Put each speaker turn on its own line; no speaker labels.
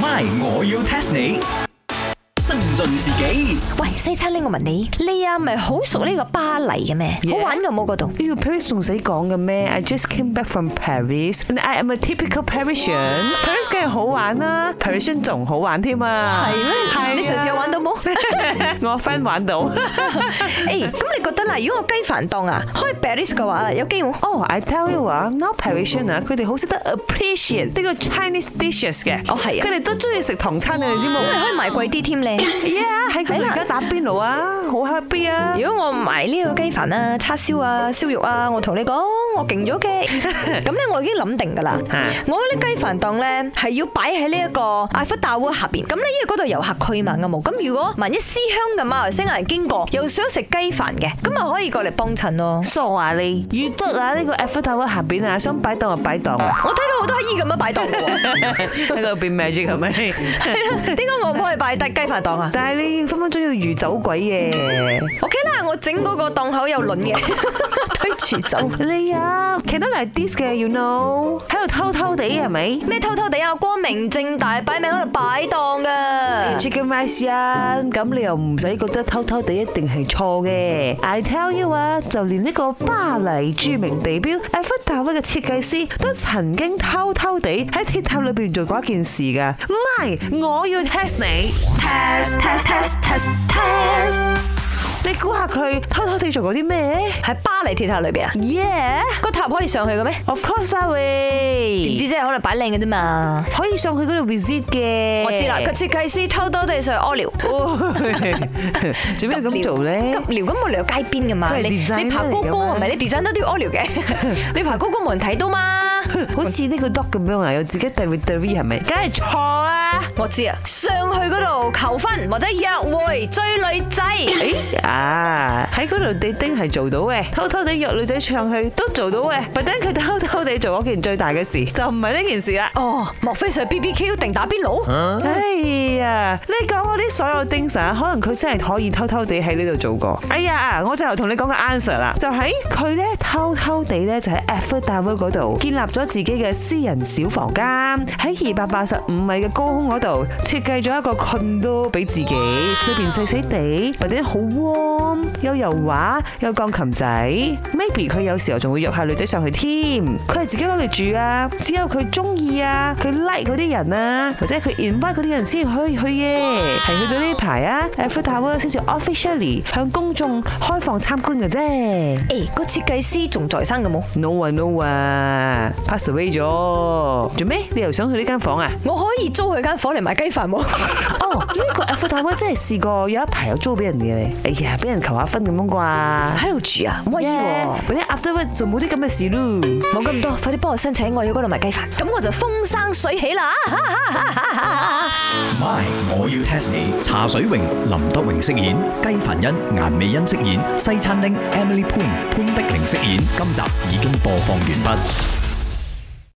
My，我要 test 你。增進自己，
喂，西餐呢，我問你，你啊咪好熟呢個巴黎嘅咩？好玩嘅冇嗰度？
呢個 Paris 仲使講嘅咩？I
Mm.
just came back from Paris and I am a typical Parisian。Paris 梗係好玩啦，Parisian 仲好玩添啊！
係咩
係
你上次有玩到冇？
到， 我 friend 玩到。
誒，咁你覺得啦，如果我雞飯檔啊開 Paris 嘅話，有機會？
哦、i tell you 啊，now Parisian 啊，佢哋好識得 appreciate 呢個 Chinese dishes 嘅。
哦係啊
佢哋都中意食唐餐啊，你知
因為
冇
可以賣貴啲添咧。
？Yeah，喺啊佢哋而家打邊爐啊，好 happy 啊！
如果我買呢個雞飯啊、叉燒啊、燒肉啊，我同你講，我勁咗 嘅。咁咧，我已經諗定㗎 啦。
嚇
我嗰啲雞飯檔咧係要擺喺呢一個艾弗大窩下邊。咁咧，因為嗰度遊客區嘛，啱冇。咁如果萬一思鄉嘅馬來西亞人經過，又想食雞飯嘅，咁咪可以過嚟幫襯咯。
傻啊你！預得啊，呢個 Eiffel Tower 下邊啊，想擺檔就擺檔 啊，
我睇到好多乞衣咁樣擺檔嘅喎，
喺度變 magic 係咪？
啊點解我唔可以擺低雞飯檔啊
但係你分分鐘要遇走鬼嘅。
？OK 啦，我整嗰個檔口有輪嘅， 推住走。
你啊，cannot like this 嘅，you know，喺度偷偷地係咪
咩偷偷地啊？光明正大擺明喺度擺檔㗎。
？Chicken rice 啊，咁你又唔使覺得偷偷地一定係錯嘅。I tell you 啊，就連呢個巴黎著名地標埃菲塔嘅設計師都曾經偷偷地喺鐵塔裏邊做過一件事㗎。唔係，我要 test 你，
test test test test test
你估下佢偷偷地做過啲咩
喺巴黎鐵塔裏邊啊？
？Yeah，of
個塔可以上去嘅咩？
course 啊
唔知
喂，
啫，可能擺靚嘅啫嘛。
可以上去嗰度 visit 嘅。
我知 啦，個設計師偷偷地上去屙尿，
做咩要咁做咧？
急尿咁我嚟到街邊㗎嘛。
佢係
你
designer
你爬高
嚟
高
㗎嘛
係咪？你 design 都要屙尿嘅， 你爬高高冇人睇到 嘛？
好似呢個 dog 咁樣啊，有自己 territory 係咪？梗係錯 啊！
我知啊，上去嗰度求婚或者約會追女仔，
誒啊，喺嗰度地丁係做到嘅，偷偷地約女仔唱去都做到嘅，但係佢偷偷地做嗰件最大嘅事，就唔係呢件事啦。
哦，莫非上 B B Q 定打邊爐？
哎呀，你講我啲所有丁神，可能佢真係可以偷偷地喺呢度做過。哎呀，我就同你講個 answer 啦，就喺佢咧偷偷地咧就喺 Eiffel Tower 嗰度建立咗自己嘅私人小房間，喺二百八十五米嘅高空嗰度設計咗一個 condo 俾自己，裏邊細細地，或者好 warm，有油畫，有鋼琴仔，maybe 佢有時候仲會約下女仔上去添。佢係自己攞嚟住啊，只有佢中意啊，佢 like 嗰啲人啊，或者佢 invite 嗰啲人先可以去嘅。係去到呢排啊 e f f Tower 先至 officially 向公眾開放參觀嘅啫。
誒，個設計師仲在生嘅冇？
No 啊 no 啊，pass away 咗。做咩？你又想去呢間房啊？
我可以租佢間房嚟買雞飯冇？
哦，呢個 e f f Tower 真係試過有一排有租俾人嘅，哎呀，俾人求下分咁樣啩。
喺度住啊，唔可以喎
Yeah，。或者 afterward 就冇啲咁嘅事咯。
冇咁多，快啲幫我申請，我要嗰度賣雞飯，咁我就風生水起啦！啊
My，我要 test 你。茶水榮、林德榮飾演，雞凡欣、顏美欣飾演，西餐廳 Emily Poon 潘碧玲飾演。今集已經播放完畢。